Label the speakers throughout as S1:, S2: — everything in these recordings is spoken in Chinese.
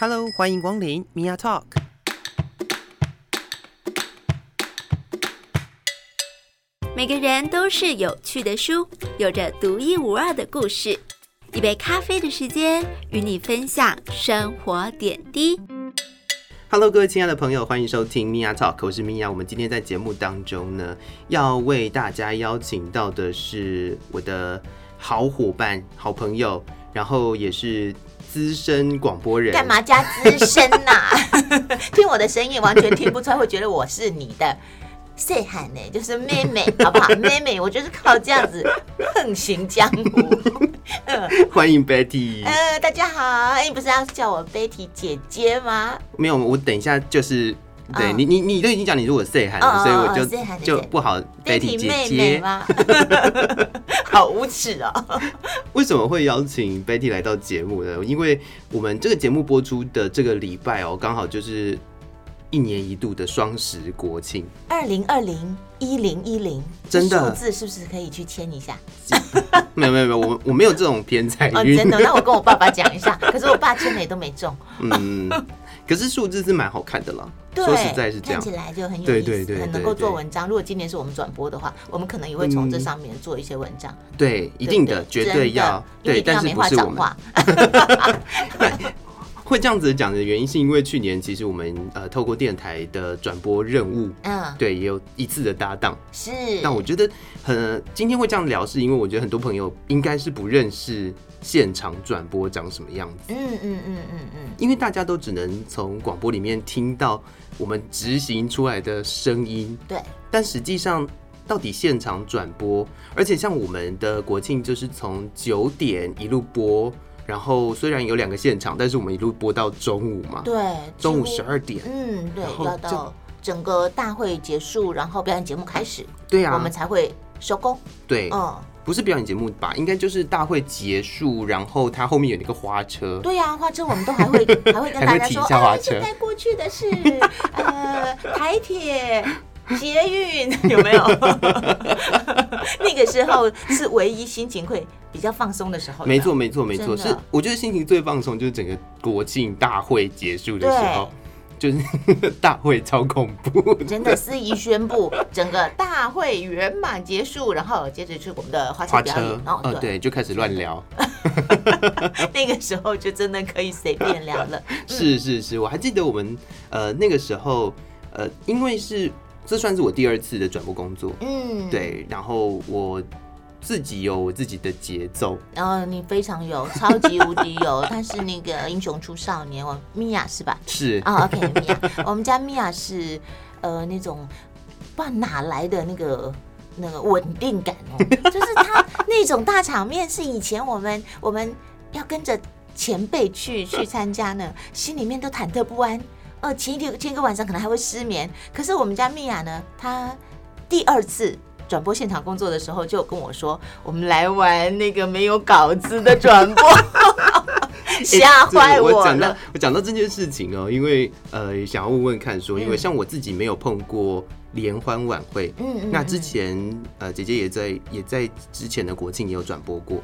S1: Hello，欢迎光临 Mia Talk。
S2: 每个人都是有趣的书，有着独一无二的故事。一杯咖啡的时间，与你分享生活点滴。
S1: Hello，各位亲爱的朋友，欢迎收听 Mia Talk，我是 Mia。我们今天在节目当中呢，要为大家邀请到的是我的好伙伴、好朋友，然后也是资深广播人。
S3: 干嘛加资深呐、 听我的声音完全听不出来，会觉得我是你的岁喊呢，就是妹 妹，好不好？妹妹，我就是靠这样子横行江湖。
S1: 欢迎 Betty。
S3: 呃，大家好，你不是要叫我 Betty 姐姐吗？
S1: 没有，我等一下就是。对
S3: 嗯
S1: 你，你你都已经讲你是我 say 喊了，
S3: 哦
S1: 所以
S3: 哦
S1: 我
S3: 哦
S1: 就
S3: say 喊
S1: 就
S3: 对对
S1: 不好 Betty 姐
S3: 妹妹
S1: 姐。
S3: 吗？ 好无耻哦！
S1: 为什么会邀请 Betty 来到节目呢？因为我们这个节目播出的这个礼拜哦，刚好就是一年一度的双十国庆，
S3: 二零二零一零一零，
S1: 真的
S3: 这数字是不是可以去签一下？
S1: 没有没有没有，我我没有这种偏财
S3: 哦，
S1: 运，
S3: 真的，那我跟我爸爸讲一下。可是我爸签了也都没中，
S1: 嗯，可是数字是蛮好看的啦，
S3: 对，
S1: 说实在是这样
S3: 看，起来就很有意思，
S1: 对对对
S3: 很
S1: 对
S3: 能够做
S1: 对
S3: 文章。如果今年是我们转播的话，我们可能也会从这上面做一些文章，
S1: 对，嗯一定的，绝对要，
S3: 对
S1: 对，
S3: 真的
S1: 但
S3: 因为
S1: 是
S3: 一定要没
S1: 不
S3: 话
S1: 是我
S3: 讲
S1: 们
S3: 话，
S1: 会这样子讲的原因，是因为去年其实我们呃透过电台的转播任务，
S3: 嗯，
S1: 对，也有一次的搭档。
S3: 是。
S1: 但我觉得很今天会这样聊，是因为我觉得很多朋友应该是不认识现场转播长什么样子，
S3: 嗯嗯嗯嗯嗯，
S1: 因为大家都只能从广播里面听到我们执行出来的声音，
S3: 对，
S1: 但实际上到底现场转播，而且像我们的国庆就是从九点一路播，然后虽然有两个现场，但是我们一路播到中午嘛，
S3: 对，
S1: 中午
S3: 几
S1: 十
S3: 乎，
S1: 二点，
S3: 嗯，对
S1: 然，后
S3: 要
S1: 这
S3: 到整个大会结束，然后表演节目开始，
S1: 对
S3: 我们
S1: 啊，
S3: 才会收工。
S1: 对，
S3: 嗯，
S1: 不是表演节目吧，应该就是大会结束，然后它后面有那个花车，
S3: 对呀、花车我们都 还会还会跟
S1: 还
S3: 大
S1: 会
S3: 家
S1: 提
S3: 说，
S1: 一下花
S3: 啊，
S1: 车
S3: 现在过去的是呃 台铁。捷运 有没有？那个时候是唯一心情会比较放松的时候。
S1: 没错，没错，没
S3: 真
S1: 错，
S3: 的
S1: 是我觉得心情最放松就是整个国庆大会结束的时候，就是大会超恐 怖，
S3: 真的，司仪宣布整个大会圆满结束，然后接着是我们的花车
S1: 花
S3: 表
S1: 车
S3: 演。，哦，
S1: 呃，
S3: 对，
S1: 对，就开始乱聊，
S3: 那个时候就真的可以随便聊 了。
S1: 是是是，我还记得我们呃那个时候呃，因为是这算是我第二次的转播工作，
S3: 嗯，。
S1: 对，然后我自己有我自己的节奏，
S3: 然 后 你嗯非常有，超级无敌有，但是那个英雄出少年，我米娅是吧？
S1: 是
S3: 啊、o k 米娅， 我们家米娅是呃那种不知道哪来的那个。那个稳定感哦，就是他那种大场面是以前我们我们要跟着前辈去去参加呢，心里面都忐忑不安。呃，前一天前一个晚上可能还会失眠，可是我们家米娅呢，她第二次转播现场工作的时候就跟我说，我们来玩那个没有稿子的转播，
S1: 欸
S3: 吓
S1: 这个
S3: 坏
S1: 我
S3: 我
S1: 讲
S3: 了
S1: 到。我讲到这件事情哦、因为呃，想要问问看说，因为
S3: 嗯
S1: 像我自己没有碰过联欢晚会，
S3: 嗯嗯
S1: 那
S3: 嗯
S1: 之前呃，姐姐也在也在之前的国庆也有转播过。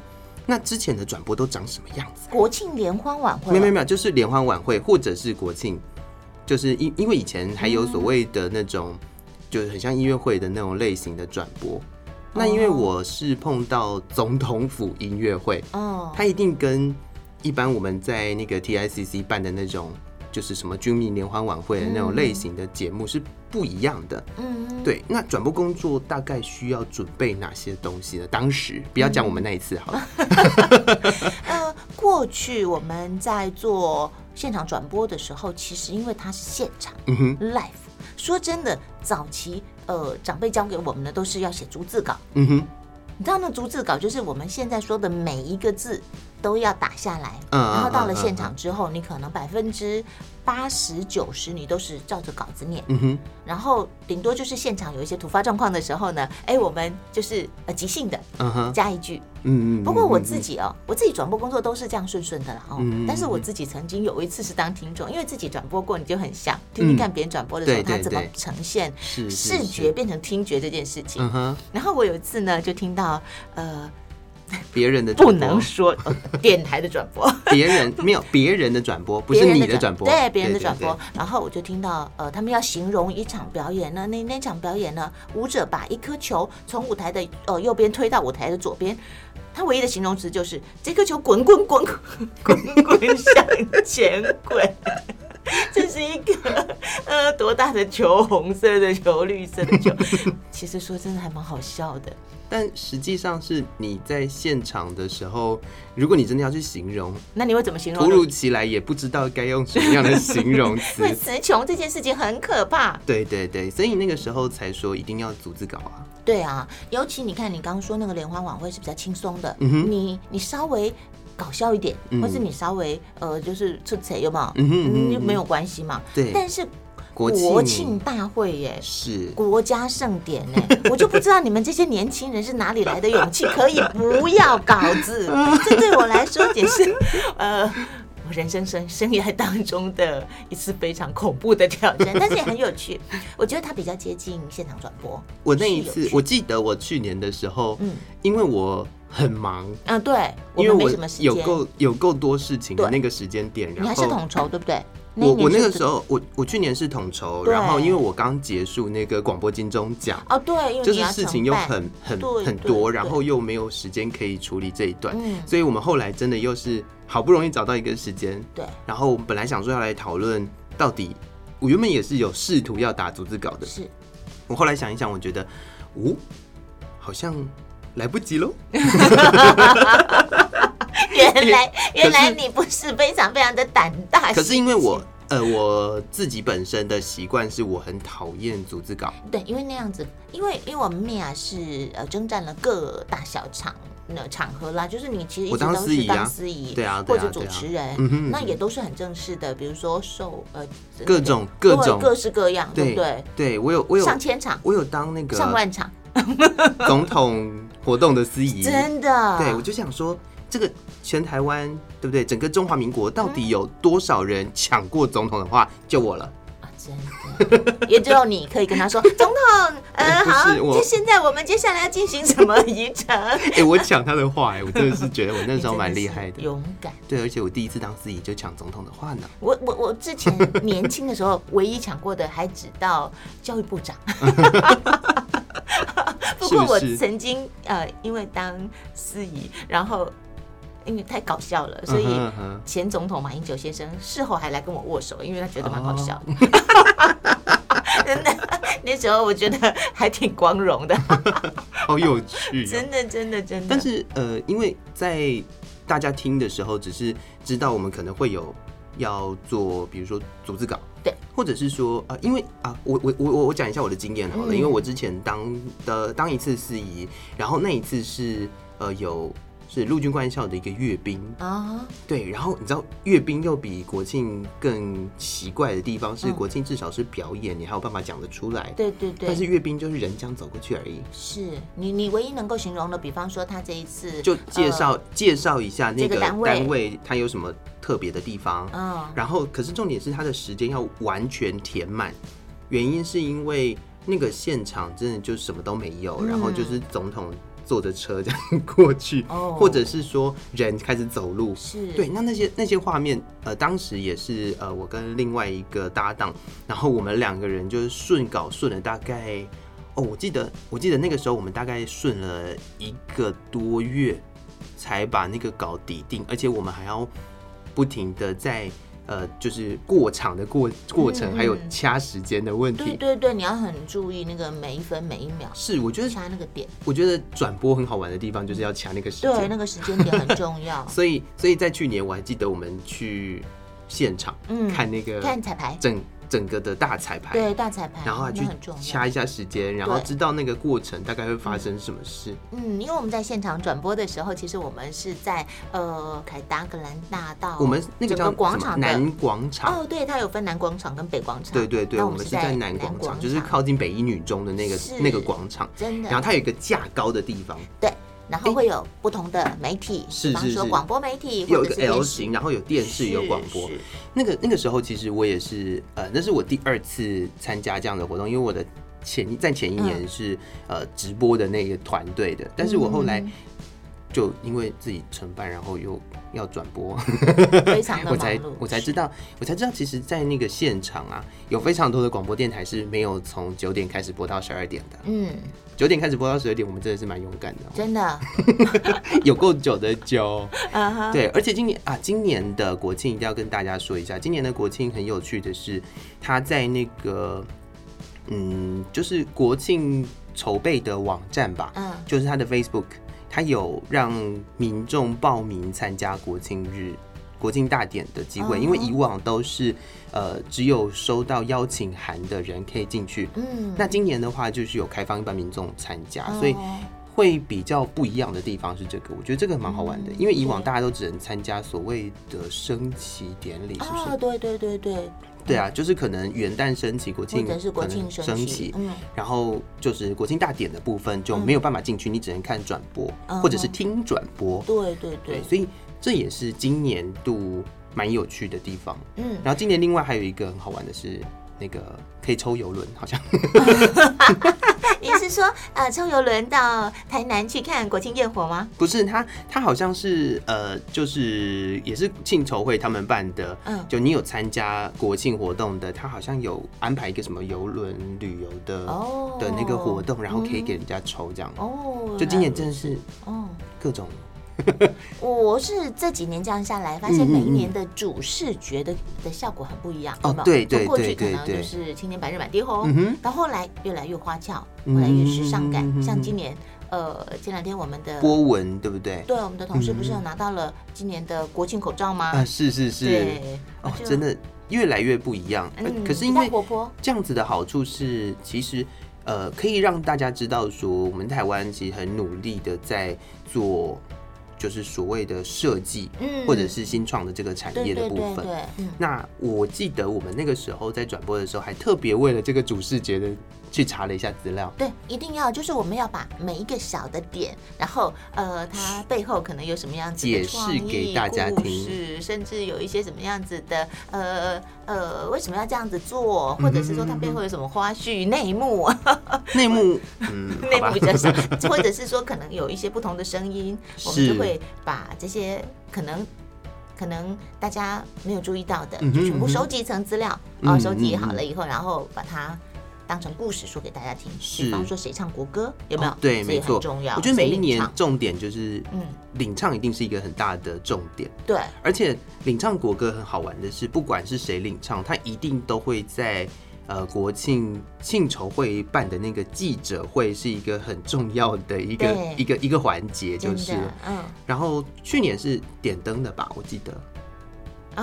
S1: 那之前的转播都长什么样子？
S3: 国庆联欢晚会
S1: 没有没
S3: 了，
S1: 有没有，就是联欢晚会或者是国庆，就是因因为以前还有
S3: 嗯
S1: 所谓的那种，就是很像音乐会的那种类型的转播。那因为
S3: 哦
S1: 我是碰到总统府音乐会，
S3: 哦，
S1: 它一定跟一般我们在那个 TICC 办的那种，就是什么军民联欢晚会的那种类型的节目是不一样的。
S3: 嗯，
S1: 对，那转播工作大概需要准备哪些东西呢？当时不要讲我们那一次好了，
S3: 呃，过去我们在做现场转播的时候，其实因为它是现场
S1: 嗯哼，
S3: live，说真的，早期呃长辈教给我们的都是要写逐字稿，
S1: 嗯哼，
S3: 你知道那逐字稿就是我们现在说的每一个字都要打下来，
S1: 嗯
S3: 然后到了
S1: 嗯嗯
S3: 现
S1: 嗯
S3: 场之后，你可能百分之八十九十你都是照着稿子念，
S1: 嗯哼，
S3: 然后顶多就是现场有一些突发状况的时候呢，哎，我们就是呃即兴的
S1: 嗯哼，
S3: 加一句。
S1: 嗯嗯。
S3: 不过我
S1: 嗯
S3: 自，己哦，我自己转播工作都是这样顺顺的啦哦。
S1: 嗯嗯嗯
S3: 但是我自己曾经有一次是当听众，因为自己转播过，你就很想听听看别人转播的时候，
S1: 对对
S3: 他怎么
S1: 嗯对
S3: 呈现
S1: 是是
S3: 视
S1: 是
S3: 觉变成听觉这件事情。
S1: 嗯哼，
S3: 然后我有一次呢，就听到呃
S1: 别人的
S3: 不
S1: 转播
S3: 能，说、 呃电台的转播，
S1: 别人没有别人的转播，不是
S3: 别人
S1: 你的转播，
S3: 对别人的转
S1: 对
S3: 播。然后我就听到，呃，他们要形容一场表演呢，那那场表演呢，舞者把一颗球从舞台的呃右边推到舞台的左边，他唯一的形容词就是这颗球滚滚滚滚滚向前滚。 这是一个呃多大的球，红色的球，绿色的 球。其实说真的还蛮好笑的。
S1: 但实际上是你在现场的时候，如果你真的要去形容，
S3: 那你会怎么形容
S1: 突
S3: 呢？
S1: 如其来也不知道该用什么样的形容
S3: 因为
S1: 词。
S3: 词穷这件事情很可怕。
S1: 对对对，所以那个时候才说一定要逐字稿啊。
S3: 对啊，尤其你看你刚刚说那个联欢晚会是比较轻松的，
S1: 嗯哼
S3: 你你稍微搞笑一点，
S1: 嗯
S3: 或是你稍微呃就是出彩有没有？
S1: 嗯哼嗯哼
S3: 嗯，没有关系嘛。
S1: 对，
S3: 但是
S1: 国庆
S3: 国庆大会耶。
S1: 是
S3: 国家盛典呢、我就不知道你们这些年轻人是哪里来的勇气，可以不要稿子？这对我来说也是，呃，我人生生生涯当中的一次非常恐怖的挑战，但是也很有趣。我觉得它比较接近现场转播。
S1: 我那一
S3: 是有
S1: 次，
S3: 趣
S1: 我记得我去年的时候，
S3: 嗯
S1: 因为我很忙，
S3: 嗯，对，
S1: 因为
S3: 们没
S1: 我
S3: 什么时间，
S1: 有够有够多事情的
S3: 对
S1: 那个时间点，
S3: 你
S1: 然
S3: 还是
S1: 后
S3: 统筹对不对？
S1: 我
S3: 一年
S1: 我那
S3: 是
S1: 个
S3: 不是
S1: 时候我我去年是统筹，
S3: 对
S1: 然后因为我刚结束那个广播金钟奖。
S3: 哦，对，因为
S1: 就
S3: 你
S1: 是
S3: 要
S1: 事
S3: 承
S1: 情又
S3: 办
S1: 很很
S3: 对
S1: 很
S3: 对
S1: 多，
S3: 对
S1: 然后又没有时间可以处理这一段，
S3: 嗯
S1: 所以我们后来真的又是好不容易找到一个时间，
S3: 对
S1: 然后我们本来想说要来讨论到底，我原本也是有试图要打逐字稿的，
S3: 是
S1: 我后来想一想，我觉得，哦，好像来不及喽。
S3: 原来
S1: 是
S3: 原来你不是非常非常的胆大，
S1: 可是因为我呃我自己本身的习惯是我很讨厌逐字稿，
S3: 对，因为那样子，因为因为我们米娅是呃征战了各大小场那场合啦，就是你其实一
S1: 我
S3: 直
S1: 当
S3: 都
S1: 司
S3: 是
S1: 仪啊
S3: 当司仪，
S1: 对啊对
S3: 或
S1: 啊
S3: 者
S1: 对
S3: 主
S1: 啊
S3: 持人，
S1: 嗯哼
S3: 那
S1: 嗯
S3: 也都是很正式的，比如说受呃
S1: 各种
S3: 对
S1: 各种
S3: 各式各样，对不对？
S1: 对我有我有
S3: 上千场，
S1: 我有当那个
S3: 上万场，
S1: 总统活动的司仪，
S3: 真的，啊
S1: 对我就想说这个全台湾对不对？整个中华民国到底有多少人抢过总统的话，就我 了。
S3: 啊，真的，也只有你可以跟他 说，总统，呃，
S1: 哎不是
S3: 好，
S1: 我
S3: 就现在我们接下来要进行什么 仪程？
S1: 哎、我抢他的话、哎，我真的是觉得我那时候蛮厉害的。
S3: 你真 是勇敢。
S1: 对，而且我第一次当司仪就抢总统的话呢。
S3: 我我我之前年轻的时候，唯一抢过的还只到教育部长。 不过我
S1: 是不是
S3: 曾经呃，因为当司仪，然后因为太搞笑了，所以
S1: 嗯哼嗯哼
S3: 前总统马英九先生事后还来跟我握手，因为他觉得蛮好笑的。
S1: 哦
S3: 真的， 那时候我觉得还挺光荣的，
S1: 好有趣、哦。
S3: 真的，真的，真的。
S1: 但是呃，因为在大家听的时候，只是知道我们可能会有要做，比如说逐字稿，
S3: 对，
S1: 或者是说啊、因为啊，我我我我我讲一下我的经验好了，
S3: 嗯
S1: 因为我之前当的当一次司仪，然后那一次是呃有是陆军官校的一个阅兵，
S3: 啊，
S1: 对，然后你知道阅兵又比国庆更奇怪的地方是，
S3: 嗯
S1: 国庆至少是表演，你还有办法讲得出来，
S3: 对对对，
S1: 但是阅兵就是人这样走过去而已。
S3: 是你你唯一能够形容的，比方说他这一次
S1: 就介绍、介绍一下那
S3: 嗯这
S1: 个
S3: 个
S1: 单位
S3: 单位
S1: 它有什么特别的地方。
S3: 嗯
S1: 然后，可是重点是它的时间要完全填满，原因是因为那个现场真的就什么都没有，
S3: 嗯
S1: 然后就是总统坐着车这样过去，
S3: 哦
S1: 或者是说人开始走路。
S3: 是
S1: 对，那那些那些画面，呃，当时也是呃，我跟另外一个搭档，然后我们两个人就是顺搞顺了大概，哦，我记得我记得那个时候我们大概顺了一个多月，才把那个稿底定，而且我们还要不停的在呃，就是过场的过过程，
S3: 嗯
S1: 还有掐时间的问题。
S3: 对对对，你要很注意那个每一分每一秒，
S1: 是，我觉得
S3: 掐那个点，
S1: 我觉得转播很好玩的地方就是要掐那个时
S3: 对，
S1: 间。
S3: 那。个时间点很重要
S1: 所以，所以在去年我还记得我们去现场、
S3: 嗯
S1: 看那个
S3: 看彩排，
S1: 整整个的大彩排，
S3: 对大彩排，
S1: 然后还
S3: 那
S1: 去
S3: 很重要
S1: 掐。一下时间，然后
S3: 对
S1: 知道那个过程大概会发生什么事。
S3: 嗯，因为我们在现场转播的时候，其实我们是在呃凯达格兰大道，
S1: 我们那个
S3: 整
S1: 叫
S3: 个广
S1: 什么
S3: 场的
S1: 南广场。
S3: 哦，对，它有分南广场跟北广场。
S1: 对对对，
S3: 那
S1: 我
S3: 们
S1: 们
S3: 是
S1: 是在南
S3: 南
S1: 广
S3: 场，
S1: 场，就是靠近北一女中的那个
S3: 是
S1: 那个广场，
S3: 真的，
S1: 然后它有一个架高的地方，
S3: 对，然后会有不同的媒体，
S1: 是
S3: 比方
S1: 是
S3: 说
S1: 是
S3: 广播媒体或
S1: 有一个
S3: 者是电
S1: L
S3: 视
S1: 型，然后有电视有广播
S3: 是。是
S1: 那个那个时候，其实我也是，呃，那是我第二次参加这样的活动，因为我的
S3: 嗯
S1: 前一在前一年是、呃直播的那个团队的，但是我后来
S3: 嗯
S1: 就因为自己承办，然后又要转播，
S3: 非常 的
S1: 我
S3: 忙
S1: 才
S3: 碌。
S1: 我才知道，我才知道，其实，在那个现场啊，有非常多的广播电台是没有从九点开始播到十二点的。
S3: 嗯，
S1: 九点开始播到十二点，我们真的是蛮勇敢的哦、
S3: 真的，
S1: 有够久的久。
S3: 啊哈，
S1: 对，而且今年啊，今年的国庆一定要跟大家说一下，今年的国庆很有趣的是，它在那个嗯，就是国庆筹备的网站吧，
S3: 嗯，
S1: 就是它的 Facebook，它有让民众报名参加国庆日。国庆大典的
S3: 哦
S1: 机会，因为以往都是呃只有收到邀请函的人可以进去，
S3: 嗯，
S1: 那今年的话就是有开放一般民众参加，所以
S3: 哦
S1: 会比较不一样的地方是这个，我觉得这个蛮好玩的，
S3: 嗯
S1: 因为以往
S3: 对
S1: 大家都只能参加所谓的升旗典礼，是不
S3: 哦，
S1: 是？
S3: 对对对对，
S1: 对啊，就是可能元旦升旗，国
S3: 或
S1: 庆
S3: 者是国庆
S1: 可能升旗
S3: 旗，，嗯，
S1: 然后就是国庆大典的部分就没有办法进去，你只能看转播
S3: 嗯
S1: 或者是听转播。
S3: 对对
S1: 对，
S3: 对，
S1: 所以这也是今年度蛮有趣的地方。
S3: 嗯，
S1: 然后今年另外还有一个很好玩的是，那个可以抽游轮，好像
S3: 你是说呃，周游轮到台南去看国庆焰火吗？
S1: 不是他，他好像是呃，就是也是庆筹会他们办的，
S3: 嗯
S1: 就你有参加国庆活动的，他好像有安排一个什么游轮旅游的、
S3: 哦
S1: 的那个活动，然后可以给
S3: 嗯
S1: 人家抽这样。
S3: 哦，
S1: 就今年真的是
S3: 哦。
S1: 各种
S3: 我是这几年这样下来，发现每一年的主视觉的的效果很不一样。
S1: 哦
S3: 有没有
S1: 对对
S3: 从过
S1: 对
S3: 去可
S1: 对
S3: 能就
S1: 对
S3: 是青天白日满地红，
S1: 嗯哼
S3: 到后来越来越花俏，后来越时尚感。
S1: 嗯
S3: 像今年，呃，前两天我们的
S1: 波纹，对不对？
S3: 对我们的同事不是有
S1: 嗯
S3: 拿到了今年的国庆口罩吗？
S1: 啊，是是是，
S3: 对，
S1: 哦，
S3: 就
S1: 真，的越来越不一样。呃
S3: 嗯，
S1: 可是
S3: 比
S1: 因
S3: 较
S1: 为
S3: 活泼，
S1: 这样子的好处是，其实呃，可以让大家知道说，我们台湾其实很努力的在做，就是所谓的设计，
S3: 嗯
S1: 或者是新创的这个产
S3: 对
S1: 业的
S3: 对
S1: 部
S3: 对
S1: 分。
S3: 对，嗯，
S1: 那我记得我们那个时候在转播的时候，还特别为了这个主视觉的去查了一下资 料。
S3: 对，一定要就是我们要把每一个小的点，然后呃，它背后可能有什么样子的
S1: 解
S3: 创
S1: 释
S3: 意
S1: 给大家
S3: 故
S1: 听
S3: 事，甚至有一些什么样子的呃呃，为什么要这样子
S1: 嗯
S3: 做，或者是说它背后有什么花絮、内幕，啊
S1: 内幕， 嗯，好
S3: 内幕
S1: 吧
S3: 比，较少，或者是说可能有一些不同的声音，我们
S1: 是
S3: 就会把这些可能。可能大家没有注意到的，
S1: 嗯哼
S3: 就全
S1: 嗯
S3: 部
S1: 哼
S3: 收集成资料，
S1: 嗯
S3: 哦，收集
S1: 嗯
S3: 好了
S1: 嗯
S3: 以后，然后把它当成故事说给大家听。
S1: 是
S3: 比方说谁唱国歌，有没有？
S1: 哦对，
S3: 这也
S1: 没
S3: 很
S1: 错，
S3: 重要。
S1: 我觉得每
S3: 谁
S1: 一
S3: 领
S1: 年
S3: 唱
S1: 重点就是，
S3: 嗯
S1: 嗯，领唱一定是一个很大的重点。
S3: 对，
S1: 而且领唱国歌很好玩的是，不管是谁领唱，他一定都会在呃国庆庆筹会办的那个记者会是一个很重要的一
S3: 对
S1: 个一个一个环节，就
S3: 真
S1: 是
S3: 的。，嗯，
S1: 然后去年是点灯的吧，我记得，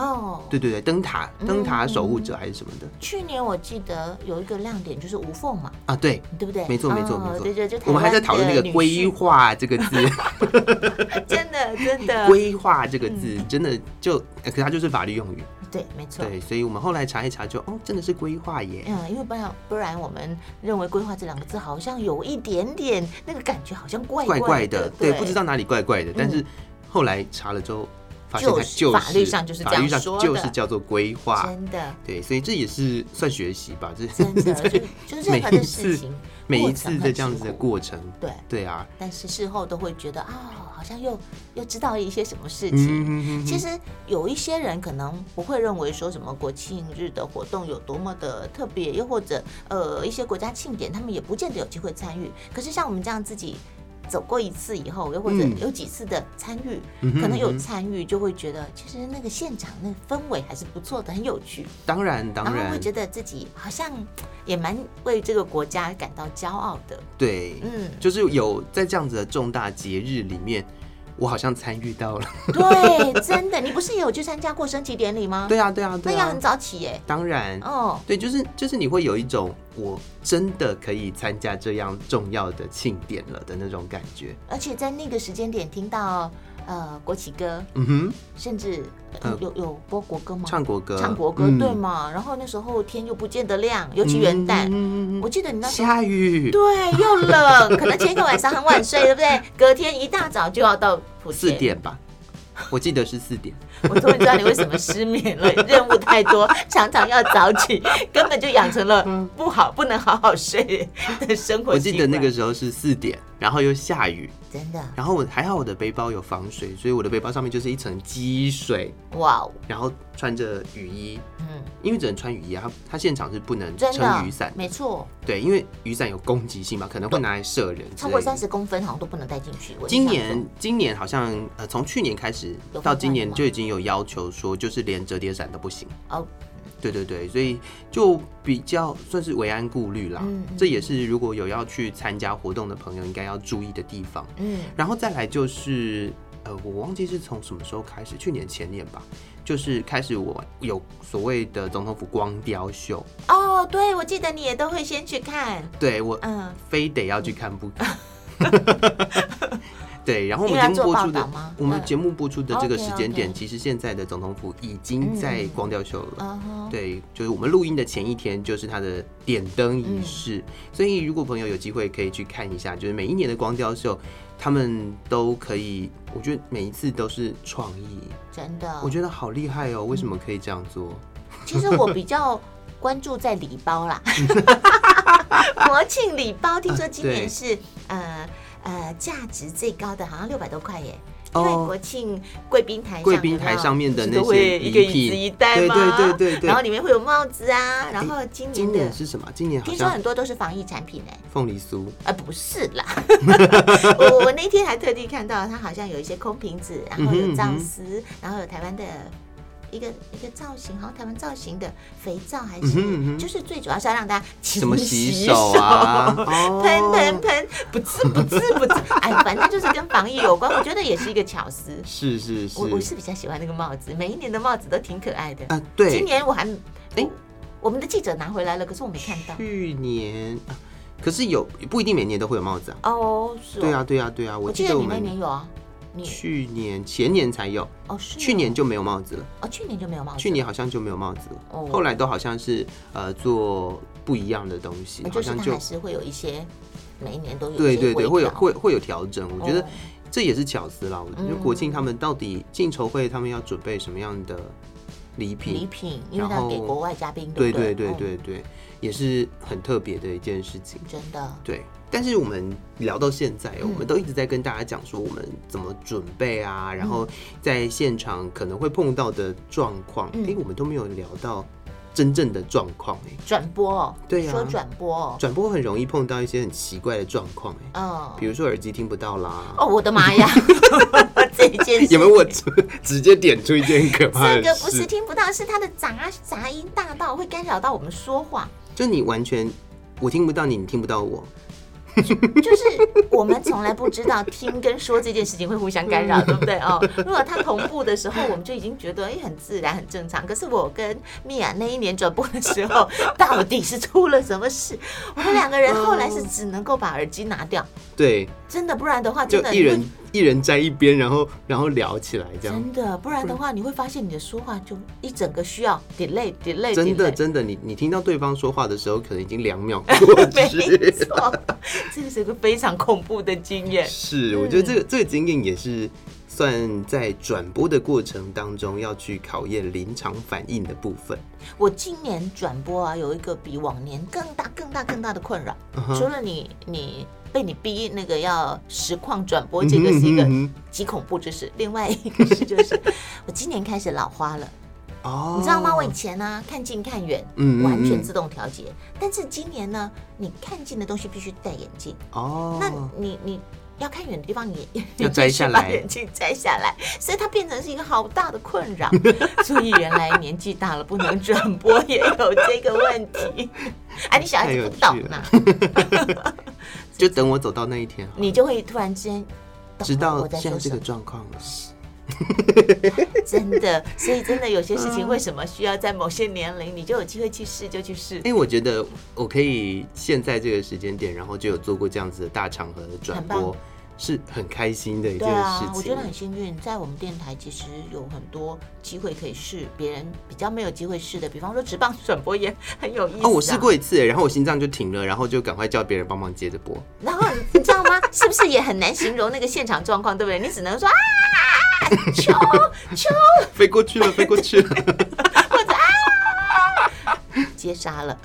S3: 哦，
S1: 对对对，灯塔
S3: 嗯
S1: 灯塔守护者还是什么的、
S3: 去年我记得有一个亮点就是无缝嘛，
S1: 啊，对。
S3: 对不对？
S1: 没错没错
S3: 哦
S1: 没错
S3: 对对，就台
S1: 我们还在
S3: 湾
S1: 讨论那个
S3: 的
S1: “
S3: 女
S1: 规
S3: 婿，
S1: 划”这个 字，
S3: 真的真的，
S1: 规划这个字真的就，呃可它就是法律用语，
S3: 嗯对，没错。
S1: 对，所以我们后来查一查就，哦，真的是规划耶，
S3: 嗯，因为不然不然，我们认为“规划”这两个字好像有一点点那个感觉，好像怪
S1: 怪
S3: 怪
S1: 怪的，
S3: 对，嗯
S1: 对，不知道哪里怪怪的。但是后来查了之后，发现它
S3: 就是
S1: 就是
S3: 法律上就是这
S1: 法律
S3: 样
S1: 上
S3: 说的
S1: 就是叫做规划，
S3: 真的
S1: 对，所以这也是算学习吧，这
S3: 真的就就任何的
S1: 每一
S3: 事
S1: 次
S3: 情，
S1: 每一
S3: 过程
S1: 次的
S3: 很
S1: 这样子的
S3: 辛苦
S1: 过程，
S3: 对，
S1: 对啊，
S3: 但是事后都会觉得啊、好像又又知道了一些什么事情。
S1: 嗯，
S3: 其实有一些人可能不会认为说什么国庆日的活动有多么的特别，又或者呃一些国家庆典，他们也不见得有机会参与。可是像我们这样自己走过一次以后，又或者
S1: 嗯
S3: 有几次的参与，
S1: 嗯哼
S3: 可能有
S1: 嗯哼
S3: 参与就会觉得，其实那个现场那个氛围还是不错的，很有趣，
S1: 当然
S3: 然
S1: 当
S3: 后会
S1: 然
S3: 觉，得自己好像也蛮为这个国家感到骄傲的。
S1: 对，
S3: 嗯，
S1: 就是有在这样子的重大节日里面，我好像参与到
S3: 哦
S1: 了，
S3: 对，真的，你不是也有去参加过升旗典礼吗？
S1: 对啊对啊
S3: 那
S1: 对
S3: 要
S1: 啊
S3: 很，早起耶。
S1: 当然。
S3: 哦，
S1: 对，就是就是你会有一种我真的可以参加这样重要的庆典了的那种感觉。
S3: 而且在那个时间点听到呃国旗歌，
S1: 嗯哼，
S3: 甚至呃有有播国歌吗？
S1: 嗯唱国歌，
S3: 唱国歌、
S1: 嗯
S3: 对嘛？然后那时候天又不见得亮，尤其元旦，
S1: 嗯嗯嗯嗯
S3: 我记得你那时候。
S1: 下雨，
S3: 对，又冷，可能前一个晚上很晚睡，对不对？隔天一大早就要到莆
S1: 四
S3: 田。
S1: 点吧，我记得是四 点。
S3: 我终于知道你为什么失眠了，任务太多，常常要早起，根本就养成了不好、不能好好睡的生活
S1: 我
S3: 习惯。
S1: 记得那个时候是四点，然后又下雨，
S3: 真的，
S1: 然后我还好我的背包有防水，所以我的背包上面就是一层积水，
S3: 哇哦，
S1: 然后穿着雨衣，
S3: 嗯，
S1: 因为只能穿雨衣啊，它它现场是不能
S3: 真的，
S1: 撑雨伞，
S3: 没错，
S1: 对，因为雨伞有攻击性嘛，可能会拿来射人之类的。
S3: 超过三十公分好像都不能带进去。我印
S1: 今
S3: 象
S1: 年
S3: 中
S1: 今年好像呃，从去年开始
S3: 有
S1: 到
S3: 放
S1: 今
S3: 宽
S1: 年
S3: 吗
S1: 就已经有要求说，就是连折叠伞都不行。
S3: 哦，
S1: 对对对，所以就比较算是为安顾虑啦。
S3: 嗯嗯
S1: 这也是如果有要去参加活动的朋友应该要注意的地方。
S3: 嗯，
S1: 然后再来就是呃，我忘记是从什么时候开始，去年前年吧，就是开始我有所谓的总统府光雕秀，
S3: 哦，对，我记得你也都会先去看，
S1: 对我
S3: 嗯，
S1: 非得要去看不可。对，然后我们
S3: 嗯因为要
S1: 节目
S3: 做
S1: 播
S3: 报
S1: 出
S3: 道
S1: 的
S3: 吗，
S1: 我们
S3: 嗯
S1: 节目播出的这个时间点，
S3: OK，OK
S1: 其实现在的总统府已经在光雕秀了。
S3: 嗯哼，
S1: 对，就是我们录音的前一天，就是它的点灯仪
S3: 嗯
S1: 式。所以，如果朋友有机会可以去看一下，就是每一年的光雕秀，他们都可以，我觉得每一次都是创意，
S3: 真的，
S1: 我觉得好厉害哦！
S3: 嗯
S1: 为什么可以这样做？
S3: 其实我比较关注在礼 包啦，国庆礼包听说今年是、
S1: 啊
S3: 呃呃价值最高的，好像六百多块耶。因为
S1: 哦
S3: 国庆贵宾台上
S1: 贵宾台上面的那些
S3: 有没有就是都会一个
S1: 礼
S3: 椅
S1: 品
S3: 子一袋嘛，
S1: 对对对对
S3: 然后里面会有帽子啊，然后今年
S1: 今
S3: 的、
S1: 年是什么？今年好
S3: 听说
S1: 像
S3: 很多都是防疫产品哎、
S1: 凤梨酥，
S3: 呃，不是啦， 我我那天还特地看到它好像有一些空瓶子，然后有
S1: 嗯哼嗯
S3: 藏
S1: 哼
S3: 丝，然后有台湾的一个一个造型，好像台湾造型的肥皂还
S1: 嗯哼
S3: 是，
S1: 嗯哼
S3: 就是最主要是要让大家勤
S1: 什么洗手啊？哦
S3: 喷 喷喷，不吃不吃不吃， 哎，反正就是跟防疫有关，我觉得也是一个巧思。
S1: 是是是，
S3: 我我是比较喜欢那个帽子，每一年的帽子都挺可爱的。
S1: 啊，对，
S3: 今年我还，
S1: 哎
S3: 我我们的记者拿回来了，可是我没看到。
S1: 去年，啊可是有不一定每年都会有帽子啊。
S3: 哦，是哦
S1: 对啊，，对啊，对啊，
S3: 我
S1: 我
S3: 记
S1: 记
S3: 得
S1: 得我
S3: 你那年
S1: 们
S3: 有啊，你
S1: 去年前年才有，
S3: 哦是哦
S1: 去年就没有帽子了，
S3: 哦去年就没有帽子，
S1: 去年好像就没有帽子了
S3: 哦，
S1: 后来都好像是呃做不一样的东西，好
S3: 哦就是
S1: 像
S3: 它
S1: 就
S3: 还是会有一些每一年都有一
S1: 对
S3: 些
S1: 对对，
S3: 微
S1: 会有
S3: 调
S1: 会会有调整，我觉得
S3: 哦
S1: 这也是巧思啦。我觉得
S3: 嗯
S1: 国庆他们到底进筹会他们要准备什么样的礼
S3: 礼
S1: 品？
S3: 品，因为
S1: 然
S3: 它
S1: 后
S3: 给国外嘉宾，
S1: 对
S3: 不
S1: 对对
S3: 嗯
S1: 对对，也是很特别的一件事情。
S3: 真的
S1: 对，但是我们聊到现在哦，
S3: 嗯
S1: 我们都一直在跟大家讲说我们怎么准备啊，然
S3: 嗯
S1: 后在现场可能会碰到的状况，哎、
S3: 嗯
S1: 我们都没有聊到真正的状况哎。
S3: 转播哦，
S1: 对
S3: 你
S1: 啊
S3: 说转播哦，
S1: 转播很容易碰到一些很奇怪的状况哎，
S3: 嗯，
S1: 比如说耳机听不到啦。
S3: 哦我的 妈呀，这件事
S1: 有没有我直直接点出一件可怕
S3: 这
S1: 的
S3: 个不是
S1: 事？
S3: 听不到，是它的杂杂音大到会干扰到我们说话。
S1: 就你完全我听不到你，你听不到我，
S3: 就是我们从来不知道听跟说这件事情会互相干
S1: 嗯
S3: 扰，对不对哦？如果它同步的时候，我们就已经觉得哎、很自然、很正常。可是我跟米娅那一年转播的时候，到底是出了什么事？我们两个人后来是只能够把耳机拿掉，
S1: 对，
S3: 真的，不然的话，
S1: 就
S3: 真的
S1: 一人一人在一边，然后然后聊起来这样。
S3: 真的，不然的话，你会发现你的说话就一整个需要 delay delay
S1: 真的
S3: delay
S1: 真的，你你听到对方说话的时候，可能已经两 秒过
S3: 没
S1: 去。
S3: 错，这个是一个非常恐怖的经验。
S1: 是，我觉
S3: 嗯
S1: 得这个这个经验也是算在转播的过程当中要去考验临场反应的部分。
S3: 我今年转播啊，有一个比往年更大、更大、更大的困扰。
S1: 嗯哼
S3: 除了你，你被你逼那个要实况转播，这个是一个
S1: 嗯哼嗯
S3: 极恐怖之事。另外一个事就是， 我今年开始老花了，
S1: 哦，
S3: 你知道吗？我以前呢、看近看远，
S1: 嗯嗯嗯
S3: 完全自动调节。但是今年呢，你看近的东西必须戴眼镜。
S1: 哦，
S3: 那你你要看远的地方，你也
S1: 要摘下来
S3: 把眼镜摘下来，所以它变成是一个好大的 困扰。所以原来年纪大了不能转播也有这个问 题。哎、啊，你小孩子不懂嘛，
S1: 就等我走到那一天好了，
S3: 你就会突然之间懂
S1: 知
S3: 了我
S1: 道
S3: 在
S1: 现在
S3: 说
S1: 这
S3: 什
S1: 个
S3: 么。
S1: 状况了。
S3: 真的，所以真的有些事
S1: 嗯
S3: 情为什么需要在某些年龄，你就有机会去试就去试，
S1: 哎，我觉得我可以现在这个时间点，然后就有做过这样子的大场合的转
S3: 很棒
S1: 播，是很开心的一件
S3: 对
S1: 事情
S3: 啊。，我觉得很幸运，在我们电台其实有很多机会可以试别人比较没有机会试的，比方说直棒转播也很有意思、啊。
S1: 哦，我试过一次，然后我心脏就停了，然后就赶快叫别人帮忙接着播。
S3: 然后你知道吗？是不是也很难形容那个现场状况，对不对？你只能说啊，球球
S1: 飞过去 了，飞过去了。
S3: 接杀了，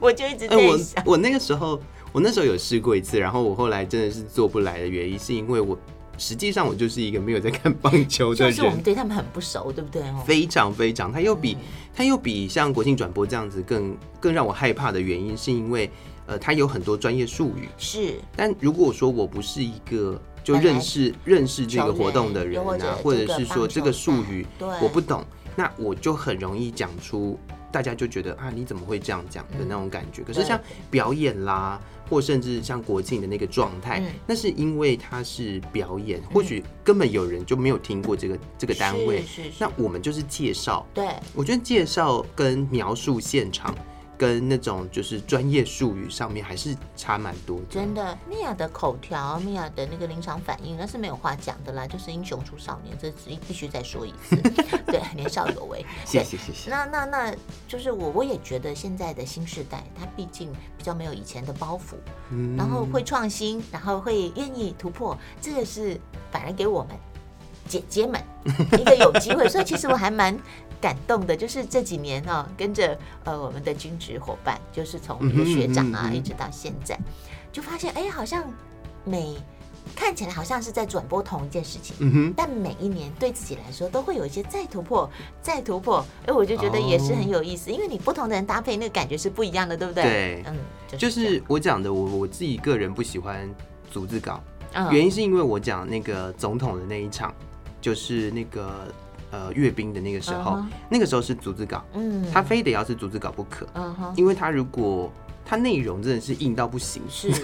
S3: 我就一直在
S1: 哎、我
S3: 想，
S1: 我那个时候，我那时候有试过一次，然后我后来真的是做不来的原因，是因为我实际上我就是一个没有在看棒球的
S3: 就是我们
S1: 人，
S3: 对他们很不熟，对不对？哦，
S1: 非常非常，他又比他又比像国庆转播这样子更更让我害怕的原因，是因为呃，他有很多专业术语，
S3: 是
S1: 但如果说我不是一个就
S3: 本来
S1: 认识认识这个
S3: 球员
S1: 活动的人
S3: 又或者
S1: 啊，
S3: 这
S1: 或者
S3: 个
S1: 是
S3: 棒
S1: 说
S3: 球
S1: 这个术
S3: 赛
S1: 语
S3: 对
S1: 我不懂，那我就很容易讲出大家就觉得啊你怎么会这样讲的那种感觉。可是
S3: 嗯对
S1: 像表演啦，或甚至像国庆的那个状态
S3: 嗯，
S1: 那是因为它是表演，或许根本有人就没有听过这个这个单位，
S3: 是是是
S1: 那我们就是介绍。
S3: 对
S1: 我觉得介绍跟描述现场。跟那种就是专业术语上面还是差蛮多的，
S3: 真的，米娅的口条，米娅的那个临场反应，那是没有话讲的啦，就是英雄出少年，这必必须再说一次。对，年少有为。
S1: 谢
S3: 对，
S1: 谢谢谢。
S3: 那那那就是我，我也觉得现在的新时代，他毕竟比较没有以前的包袱，
S1: 嗯
S3: 然后会创新，然后会愿意突破，这个是反而给我们姐姐 们一个有机会。所以其实我还蛮感动的，就是这几年哦，跟着呃我们的军职伙伴，就是从我们的学长
S1: 嗯
S3: 啊
S1: 哼嗯，哼
S3: 一直到现在，就发现哎，好像每看起来好像是在转播同一件事情。
S1: 嗯哼，
S3: 但每一年对自己来说都会有一些再突破、再突破，哎，我就觉得
S1: 哦
S3: 也是很有意思，因为你不同的人搭配，那个感觉是不一样的，对不对？
S1: 对
S3: 嗯，
S1: 就
S3: 这样
S1: 是我讲的，我我自己个人不喜欢逐字稿，
S3: 嗯
S1: 原因是因为我讲那个总统的那一场，就是那个呃阅兵的那个时候
S3: 嗯哼
S1: 那个时候是逐字稿，
S3: 嗯，
S1: 他非得要是逐字稿不可，
S3: 嗯哼，
S1: 因为他如果他内容真的是硬到不行，
S3: 是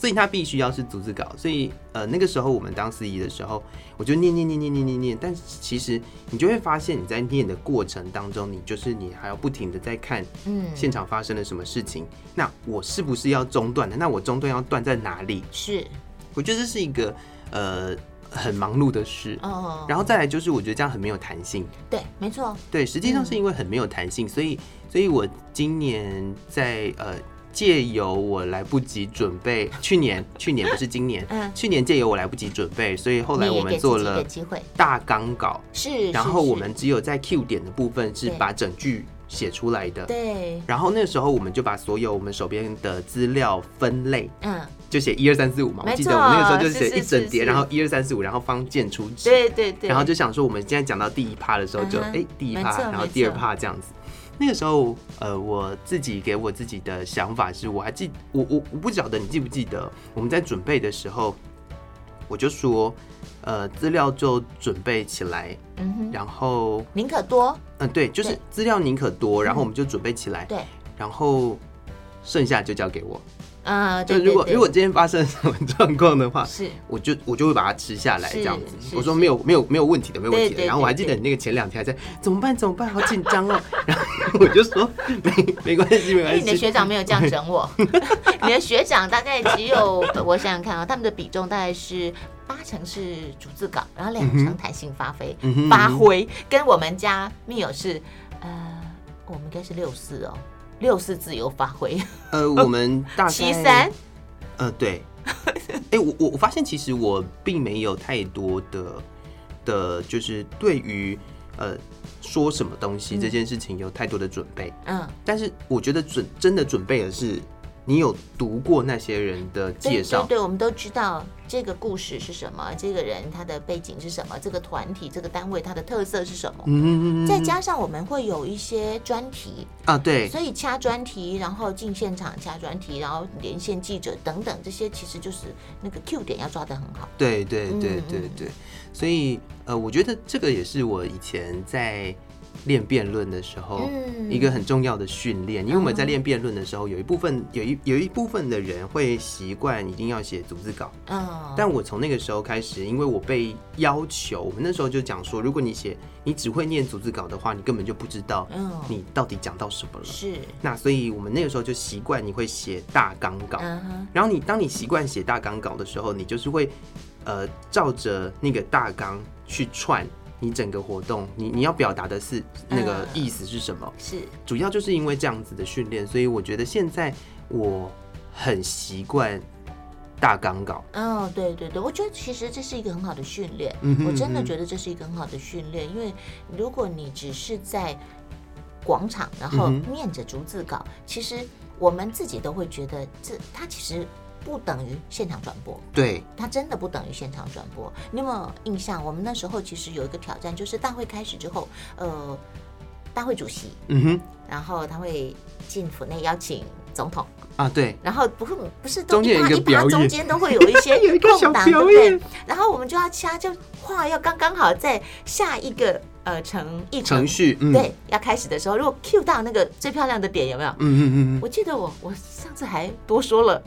S1: 所以他必须要是逐字稿，所以呃那个时候我们当司仪的时候，我就念念念念念念念，但其实你就会发现你在念的过程当中，你就是你还要不停的在看
S3: 嗯
S1: 现场发生了什么事情，那我是不是要中断的？那我中断要断在哪里？
S3: 是
S1: 我觉得这是一个呃很忙碌的事。
S3: 哦，
S1: 然后再来就是，我觉得这样很没有弹性。
S3: 对，没错，
S1: 对，实
S3: 嗯
S1: 际上是因为很没有弹性，所以所以我今年在呃借由我来不及准备，去年 去年不是今年，
S3: 嗯
S1: 去年借由我来不及准备，所以后来
S3: 你也
S1: 我们
S3: 给自
S1: 做
S3: 己一
S1: 了
S3: 个机会，
S1: 大纲稿，
S3: 是，
S1: 然
S3: 是
S1: 后我
S3: 是
S1: 们只有在 Q 点的部分是
S3: 对
S1: 把整句写出来的。
S3: 对，
S1: 然后那时候我们就把所有我们手边的资料分类，
S3: 嗯，
S1: 就写一二三四五嘛。
S3: 没
S1: 我记得
S3: 错
S1: 我们那个时候就是写
S3: 是
S1: 一整
S3: 是
S1: 叠，
S3: 是
S1: 然后一二三四五，然后方见出纸。
S3: 对对对，
S1: 然后就想说，我们现在讲到第一趴的时候就，
S3: 嗯哼
S1: 哎第一
S3: 没
S1: 趴，
S3: 错
S1: 然后
S3: 没
S1: 第二
S3: 错
S1: 趴这样子。那个时候，呃，我自己给我自己的想法是，我还记我我我不晓得你记不记得，我们在准备的时候，我就说，呃，资料就准备起来，
S3: 嗯哼，
S1: 然后，
S3: 宁可多，
S1: 嗯，对，就是
S3: 对嗯
S1: 资料宁可多，然后我们就准备起来，
S3: 对，
S1: 然后剩下就交给我。
S3: 呃，
S1: 就
S3: 对
S1: 如果
S3: 对
S1: 如果
S3: 对
S1: 今天发生什么状况的话，
S3: 是
S1: 我就我就会把它吃下来
S3: 是
S1: 这样子。
S3: 是
S1: 我说
S3: 是
S1: 没有没有没有问题的，没有问题
S3: 对
S1: 的。
S3: 对
S1: 然后我还记得你那个前两天还在怎么办怎么办，好紧张哦。 然后我就说没没关系没
S3: 因为
S1: 关
S3: 哎你的
S1: 系，
S3: 学长没有这样整我， 你的学长大概只有我想想看啊，他们的比重大概是八成是逐字稿，然后两成弹性发挥、
S1: 嗯哼
S3: 发挥，跟我们家密友是，呃，我们应该是六四哦，六四自由发挥，
S1: 呃，我们大概
S3: 哦七三，
S1: 呃 对。哎，我我我发现其实我并没有太多的的，就是对于呃说什么东西这件事情有太多的准备。
S3: 嗯，
S1: 但是我觉得准真的准备的是，你有读过那些人的介
S3: 对对
S1: 绍，
S3: 对，我们都知道这个故事是什么，这个人他的背景是什么，这个团体、这个单位它的特色是什么。
S1: 嗯
S3: 再加上我们会有一些专题，
S1: 啊，对，
S3: 所以掐专题，然后进现场掐专题，然后连线记者等等，这些其实就是那个 Q 点要抓得很好。
S1: 对对对
S3: 嗯
S1: 对
S3: 嗯
S1: 对，所以呃，我觉得这个也是我以前在练辩论的时候、
S3: 嗯
S1: 一个很重要的训练，因为我们在练辩论的时候，有一部分有一有一部分的人会习惯一定要写逐字稿，
S3: 嗯，
S1: 但我从那个时候开始，因为我被要求，我们那时候就讲说，如果你写你只会念逐字稿的话，你根本就不知道
S3: 嗯
S1: 你到底讲到什么了。
S3: 是，
S1: 那所以我们那个时候就习惯你会写大纲稿，
S3: 嗯哼，
S1: 然后你当你习惯写大纲稿的时候，你就是会呃照着那个大纲去串你整个活动，你你要表达的是那个
S3: 嗯
S1: 意思是什么？
S3: 是，
S1: 主要就是因为这样子的训练，所以我觉得现在我很习惯大纲稿。
S3: 嗯，对对对，我觉得其实这是一个很好的训练，
S1: 嗯哼
S3: 我真的
S1: 嗯哼
S3: 觉得这是一个很好的训练，因为如果你只是在广场然后
S1: 嗯哼
S3: 念着逐字稿，其实我们自己都会觉得这它其实不等于现场转播，
S1: 对，
S3: 它真的不等于现场转播。你有没有印象？我们那时候其实有一个挑战，就是大会开始之后，呃，大会主席，
S1: 嗯哼，
S3: 然后他会进府内邀请总统，
S1: 啊对，
S3: 然后不会不是
S1: 中间有一个
S3: 一趴
S1: 表演
S3: 中间都会有一 些
S1: 有一个小
S3: 空档，对
S1: 表
S3: 不
S1: 演
S3: 对？然后我们就要掐，就话要刚刚好在呃下一个呃程一
S1: 程序，嗯，
S3: 对，要开始的时候，如果 Q 到那个最漂亮的点，有没有？
S1: 嗯嗯嗯嗯，
S3: 我记得我我上次还多说了，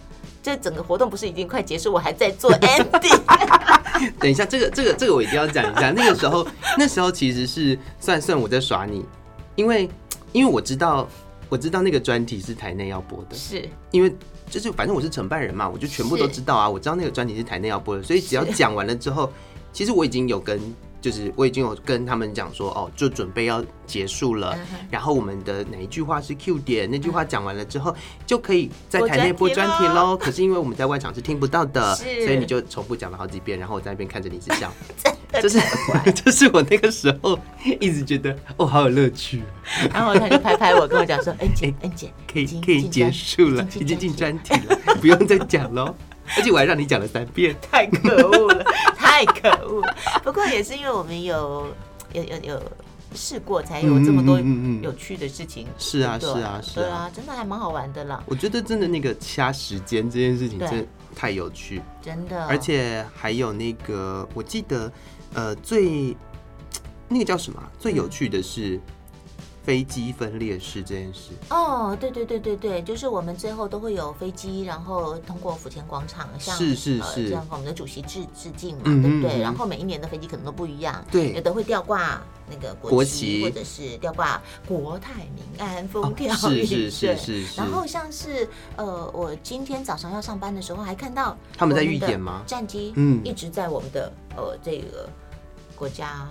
S3: 这整个活动不是已经快结束，我还在做 ending，
S1: 等一下，这个这个这个我一定要讲一下。那个时候，那时候其实是算算我在耍你，因为因为我知道我知道那个专题是台内要播的，
S3: 是
S1: 因为就是反正我是承办人嘛，我就全部都知道啊，我知道那个专题是台内要播的，所以只要讲完了之后，其实我已经有跟就是我已经有跟他们讲说，哦，就准备要结束了。
S3: 嗯哼
S1: 然后我们的哪一句话是 Q 点，那句话讲完了之后，就可以在
S3: 播
S1: 台内播专
S3: 专
S1: 题
S3: 题
S1: 喽。可是因为我们在外场是听不到的，所
S3: 嗯是
S1: 以你就重复讲了好几遍，然后我在那边看着你一直笑，
S3: 真的
S1: 这是这是我那个时候一直觉得哦，好有乐趣，
S3: 然后他就拍拍我，跟我讲说：“恩姐，哎恩姐，
S1: 哎可以
S3: 已经
S1: 可以
S3: 进
S1: 结
S3: 专
S1: 束了，已经进专题了， 不用再讲喽。而且我还让你讲了三遍，
S3: 太可恶了， 太可恶了。不过也是因为我们有有有有试过，才有这么
S1: 嗯
S3: 多
S1: 嗯嗯嗯
S3: 有趣的事情。
S1: 是啊
S3: 对不对
S1: 是啊是啊
S3: 对啊，真的还蛮好玩的啦，
S1: 我觉得真的那个掐时间这件事情
S3: 对嗯
S1: 真的太有趣，
S3: 真的。
S1: 而且还有那个，我记得，呃，最那个叫什么啊？最有趣的
S3: 嗯
S1: 是飞机分裂式这件事。
S3: 哦，对对对对对，就是我们最后都会有飞机，然后通过福田广场，向
S1: 是是
S3: 呃、
S1: 是
S3: 向我们的主席致致敬嘛，
S1: 嗯
S3: 对不
S1: 嗯嗯
S3: 对？然后每一年的飞机可能都不一样，有
S1: 对，
S3: 的会吊挂那个
S1: 国
S3: 国
S1: 旗
S3: 旗，或者是吊挂国泰民安风
S1: 哦
S3: 调
S1: 是
S3: 雨、
S1: 是是
S3: 对
S1: 是是
S3: 然，后像是呃，我今天早上要上班的时候，还看到
S1: 他们在
S3: 我
S1: 预
S3: 的
S1: 演吗？
S3: 战机，
S1: 嗯
S3: 一直在我们的呃这个国家，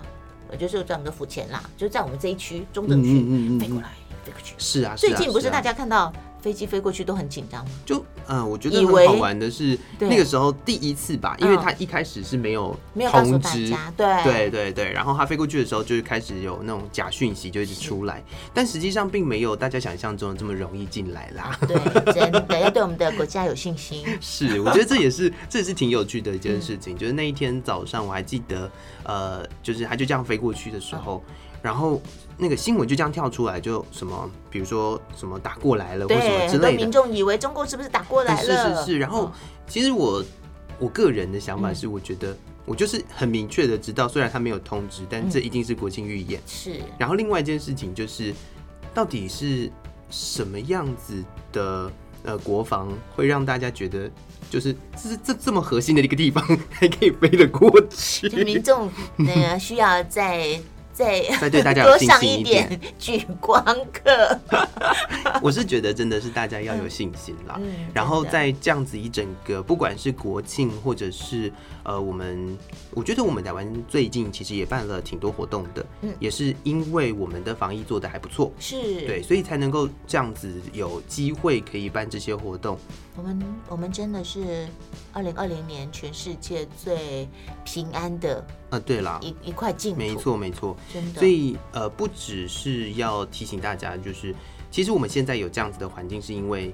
S3: 呃就是在我们的府前啦，就在我们这一区中正区、
S1: 嗯嗯嗯嗯嗯
S3: 飞过来飞过去。
S1: 是啊，
S3: 最
S1: 啊
S3: 近不是
S1: 啊
S3: 大家看到飞机飞过去都很紧张吗？
S1: 就呃，我觉得
S3: 以
S1: 很
S3: 为
S1: 好玩的是
S3: 对嗯
S1: 那个时候第一次吧，因为他一开始是没有
S3: 没有告诉
S1: 通
S3: 大
S1: 知。
S3: 家，对
S1: 对对对，然后他飞过去的时候，就是开始有那种假讯息就一直出来，但实际上并没有大家想象中的这么容易进来啦。
S3: 对，真的要对我们的国家有信心。
S1: 是，我觉得这也是这也是挺有趣的一件事情。就是那一天早上，我还记得，呃，就是他就这样飞过去的时候，然后那个新闻就这样跳出来，就什么，比如说什么打过来了或什么
S3: 对，
S1: 之
S3: 很多
S1: 类的
S3: 民，众以为中国是不是打过来
S1: 哎是
S3: 了？
S1: 是是。然后
S3: 嗯
S1: 其实我我个人的想法是，我觉得我就是很明确的知道，虽然他没有通知，但这一定是国庆预演。
S3: 是
S1: 然后另外一件事情就是，到底是什么样子的呃国防会让大家觉得，就是这是这这么核心的一个地方 还可以飞得过去？
S3: 就民众呃需要再再
S1: 再对大家有
S3: 多
S1: 信
S3: 上
S1: 心
S3: 一
S1: 点，
S3: 点举光课。
S1: 我是觉得真的是大家要有信心啦。
S3: 嗯
S1: 然后
S3: 真的
S1: 在这样子一整个，不管是国庆或者是呃，我们我觉得我们台湾最近其实也办了挺多活动的，
S3: 嗯
S1: 也是因为我们的防疫做得还不错，
S3: 是
S1: 对，所以才能够这样子有机会可以办这些活动。
S3: 我们我们真的是二零二零年全世界最平安的
S1: 啊，对啦，
S3: 一一块净土，
S1: 没，错没错，
S3: 真的。
S1: 所以呃，不只是要提醒大家，就是其实我们现在有这样子的环境，是因为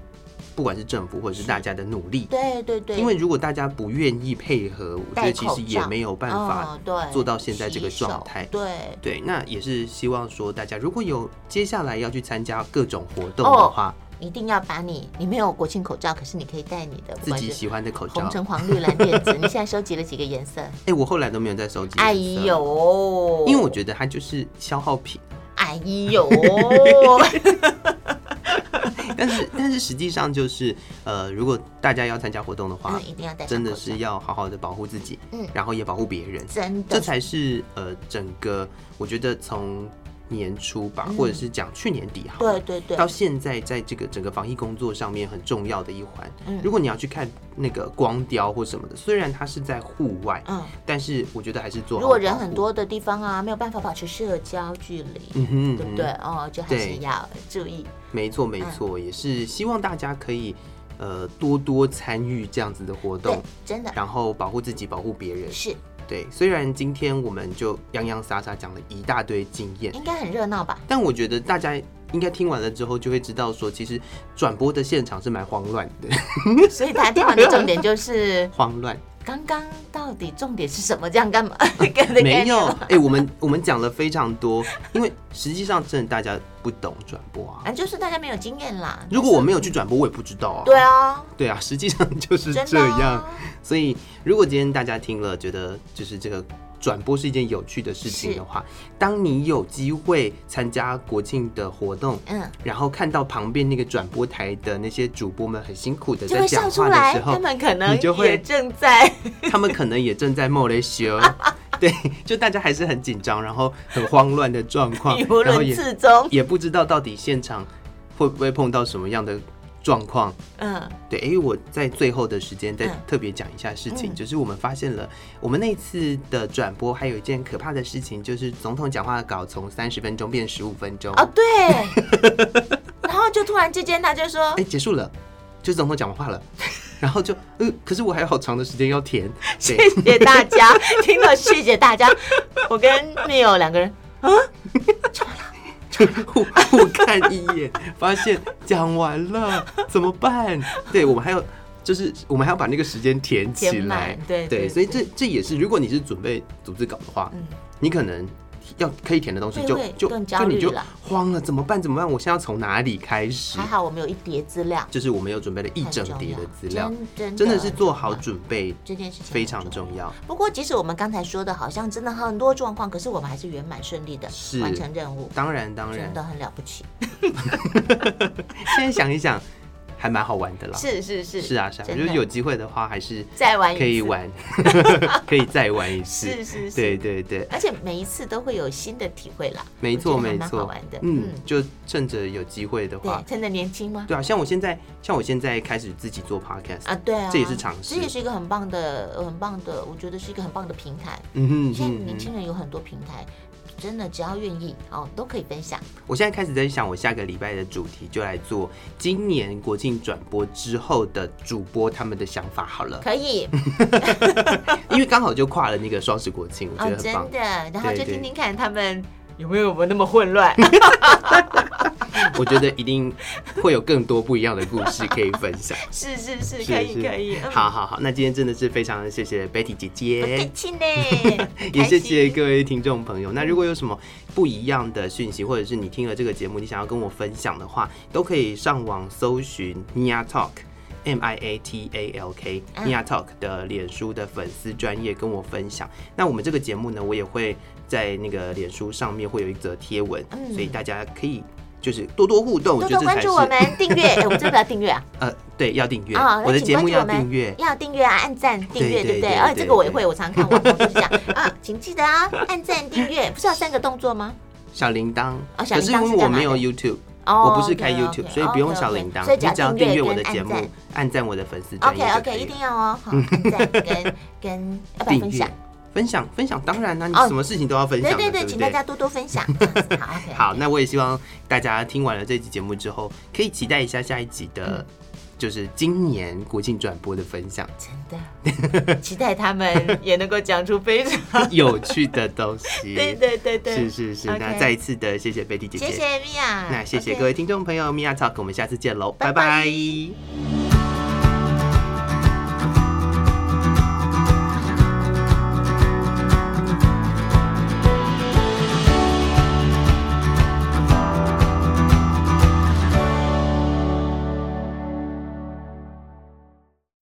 S1: 不管是政府或者是大家的努力，
S3: 对对对，
S1: 因为如果大家不愿意配合，我觉得
S3: 戴
S1: 其
S3: 口
S1: 实也
S3: 罩
S1: 没有办法
S3: 嗯对
S1: 做到现在这个
S3: 洗手
S1: 状态
S3: 对。
S1: 对，那也是希望说大家如果有接下来要去参加各种活动
S3: 哦
S1: 的话，
S3: 一定要把你，你没有国庆口罩，可是你可以戴你的，不
S1: 自
S3: 管
S1: 己
S3: 是
S1: 喜欢的口罩
S3: 红、。橙、黄、绿、蓝、靛、紫。你现在收集了几个颜色？
S1: 哎、我后来都没有再收集。
S3: 哎，呦，
S1: 因为我觉得它就是消耗品，
S3: 哎呦，
S1: 但是但是实际上就是呃，如果大家要参加活动的话
S3: 嗯，一定要戴上
S1: 真的
S3: 口罩
S1: 是要好好的保护自己，
S3: 嗯
S1: 然后也保护别人，
S3: 真
S1: 这
S3: 的
S1: 才是呃整个我觉得从年初吧，或者是讲去年底好了，
S3: 嗯对对对
S1: 到现在在这个整个防疫工作上面很重要的一环。
S3: 嗯
S1: 如果你要去看那个光雕或什么的，虽然它是在户外，
S3: 嗯，
S1: 但是我觉得还是做好
S3: 如果人
S1: 保护
S3: 很，多的地方啊，没有办法保持社交距离，
S1: 嗯哼嗯哼
S3: 对不对？嗯哦，就还
S1: 对
S3: 是要注意。
S1: 没错没错，也是希望大家可以呃多多参与这样子的活
S3: 对
S1: 动，，
S3: 真的
S1: 然后保护自己，保护别人。
S3: 是
S1: 对，虽然今天我们就洋洋洒洒讲了一大堆经验，
S3: 应该很热闹吧？
S1: 但我觉得大家应该听完了之后就会知道说，其实转播的现场是蛮慌乱的，
S3: 所以他听完的重点就是
S1: 慌乱。
S3: 刚刚到底重点是什么？这 样干嘛？ 跟着
S1: 没
S3: 干
S1: 有，
S3: 嘛
S1: 哎、我们我们讲了非常多，因为实际上真的大家不懂转播啊。
S3: 啊，就是大家没有经验啦。
S1: 如果我没有去转播，我也不知道啊。
S3: 对啊，
S1: 对啊，实际上就是
S3: 真
S1: 这
S3: 的啊
S1: 样。所以，如果今天大家听了，觉得就是这个转播是一件有趣的事情
S3: 是
S1: 的话，当你有机会参加国庆的活动，
S3: 嗯，
S1: 然后看到旁边那个转播台的那些主播们很辛苦的
S3: 就
S1: 在
S3: 会
S1: 讲
S3: 笑出
S1: 话的
S3: 来，
S1: 时
S3: 他
S1: 候，
S3: 们可能
S1: 你就会
S3: 也正在
S1: 他们可能也正在莫雷 修。对，就大家还是很紧张，然后很慌乱的状况
S3: 语，无
S1: 然后
S3: 伦
S1: 也
S3: 次中。
S1: 也不知道到底现场会不会碰到什么样的状况。
S3: 嗯，
S1: 对，哎，我在最后的时间再
S3: 嗯
S1: 特别讲一下事情，
S3: 嗯
S1: 就是我们发现了，我们那次的转播还有一件可怕的事情，就是总统讲话的稿从三十分钟变十五分钟，哎、
S3: 哦对， 然后就突然之间他就说，
S1: 哎结束了，就是总统讲完话了， 然后就，呃，可是我还有好长的时间要填，对，
S3: 谢谢 大家，听了谢谢大家。我跟 Neil 两个人，
S1: 互 互看一眼，发现讲完了，怎么办？对我们还有。就是我们还要把那个时间填起
S3: 填
S1: 来
S3: 满，对对
S1: 所以这这也是，如果你是准备组织稿的话，
S3: 嗯，
S1: 你可能要可以填的东西
S3: 对
S1: 就
S3: 会
S1: 就
S3: 更焦
S1: 就你
S3: 虑
S1: 就
S3: 了
S1: 慌了，怎么办？怎么办？我现在要从哪里开始
S3: 还？好我们有一叠资料，
S1: 就是我们有准备了一
S3: 很
S1: 整
S3: 重
S1: 叠
S3: 要
S1: 的资料，，
S3: 真
S1: 真
S3: 的
S1: 的是做好
S3: 很重要
S1: 准备
S3: 这件事情
S1: 非常
S3: 很
S1: 重
S3: 要。
S1: 要。
S3: 不过，即使我们刚才说的，好像真的很多状况，可是我们还是圆满顺利的
S1: 是
S3: 完成任务，
S1: 当然当然
S3: 真，的很了不起。
S1: 现在想一想，还蛮好玩的啦。
S3: 是是是，
S1: 是啊是啊，
S3: 真
S1: 就
S3: 的
S1: 是有机会的话，还是
S3: 再玩一次
S1: 可以，玩， 可以再玩一次。
S3: 是是是，
S1: 对对对，
S3: 而且每一次都会有新的体会啦，
S1: 没错
S3: 我觉得还
S1: 没
S3: 蛮好
S1: 错
S3: 玩的。
S1: 嗯，就趁着有机会的话
S3: 对，，趁着年轻吗？
S1: 对啊，像我现在像我现在开始自己做 podcast，
S3: 啊，对啊，
S1: 这也是尝试
S3: 这也是一个很棒的、呃很棒的，我觉得是一个很棒的平台。
S1: 嗯哼
S3: 现在
S1: 嗯
S3: 年
S1: 哼
S3: 轻人有很多平台，真的只要愿意哦，都可以分享。
S1: 我现在开始在想，我下个礼拜的主题就来做今年国庆转播之后的主播他们的想法好了，
S3: 可以
S1: 因为刚好就跨了那个双十国庆，我觉，
S3: 哦
S1: 得很
S3: 真
S1: 棒。
S3: 的，然后
S1: 对
S3: 就
S1: 对
S3: 听听看他们有没有我们那么混乱。
S1: 我觉得一定会有更多不一样的故事可以分享。
S3: 是是是，
S1: 是
S3: 可以
S1: 是
S3: 可以。嗯，
S1: 好好好，那今天真的是非常谢谢 Betty 姐
S3: 不客
S1: 姐。
S3: 气呢， 嗯
S1: 也
S3: 开
S1: 谢
S3: 心
S1: 谢各位听众朋友。那如果有什么不一样的讯息，或者是你听了这个节目，你想要跟我分享的话，都可以上网搜寻 Nia Talk。M I A T A L K
S3: 嗯
S1: Nia Talk 的脸书的粉丝专业跟我分享。那我们这个节目呢，我也会在那个脸书上面会有一则贴文，
S3: 嗯
S1: 所以大家可以就是多多互动，
S3: 多
S1: 我觉
S3: 多
S1: 得这才
S3: 关
S1: 是
S3: 注我们，订 阅。哎，我们真的要订阅啊！
S1: 呃，对，要订阅、
S3: 啊那
S1: 我的
S3: 请
S1: 节目
S3: 关注
S1: 要
S3: 我们
S1: 订阅，
S3: 要订阅啊，按赞订阅，
S1: 对
S3: 对
S1: 对
S3: 不对？啊，
S1: 对
S3: 这个我也
S1: 对
S3: 会，我常看网红就是这样啊，请记得啊，按赞订阅，不是有三个动作吗？
S1: 小铃铛。
S3: 哦小
S1: 可
S3: 铃
S1: 是
S3: 铛
S1: 因
S3: 是
S1: 为我
S3: 干嘛
S1: 没有
S3: 的
S1: YouTube，
S3: 哦，
S1: 我不是开
S3: OK，OK，
S1: YouTube，、所以不用
S3: OK，OK，
S1: 小铃铛
S3: 所以
S1: 你只要订阅我的
S3: 跟
S1: 节目
S3: 按赞。，
S1: 按赞我的粉丝专业
S3: OK
S1: 就可
S3: OK，
S1: 以
S3: 一
S1: 了
S3: 定要哦， 好，按赞跟跟要不要分享？
S1: 分享分享，当然啦、
S3: 哦
S1: 你什么事情都要分享
S3: 对
S1: 的，
S3: 对对，
S1: 不
S3: 请大
S1: 对？
S3: 家多多分享。这 样子好，OK，
S1: 好，那我也希望大家听完了这期节目之后，可以期待一下下一集的，就是今年国庆转播的分享，
S3: 真的期待他们也能够讲出 非常
S1: 有趣的东 西。
S3: 对对对对，
S1: 是是是。那
S3: OK
S1: 再一次的谢谢贝蒂姐姐，
S3: 谢谢米娅，
S1: 那谢谢
S3: OK
S1: 各位听众朋友，米娅 talk，我们下次见喽，
S3: 拜
S1: 拜拜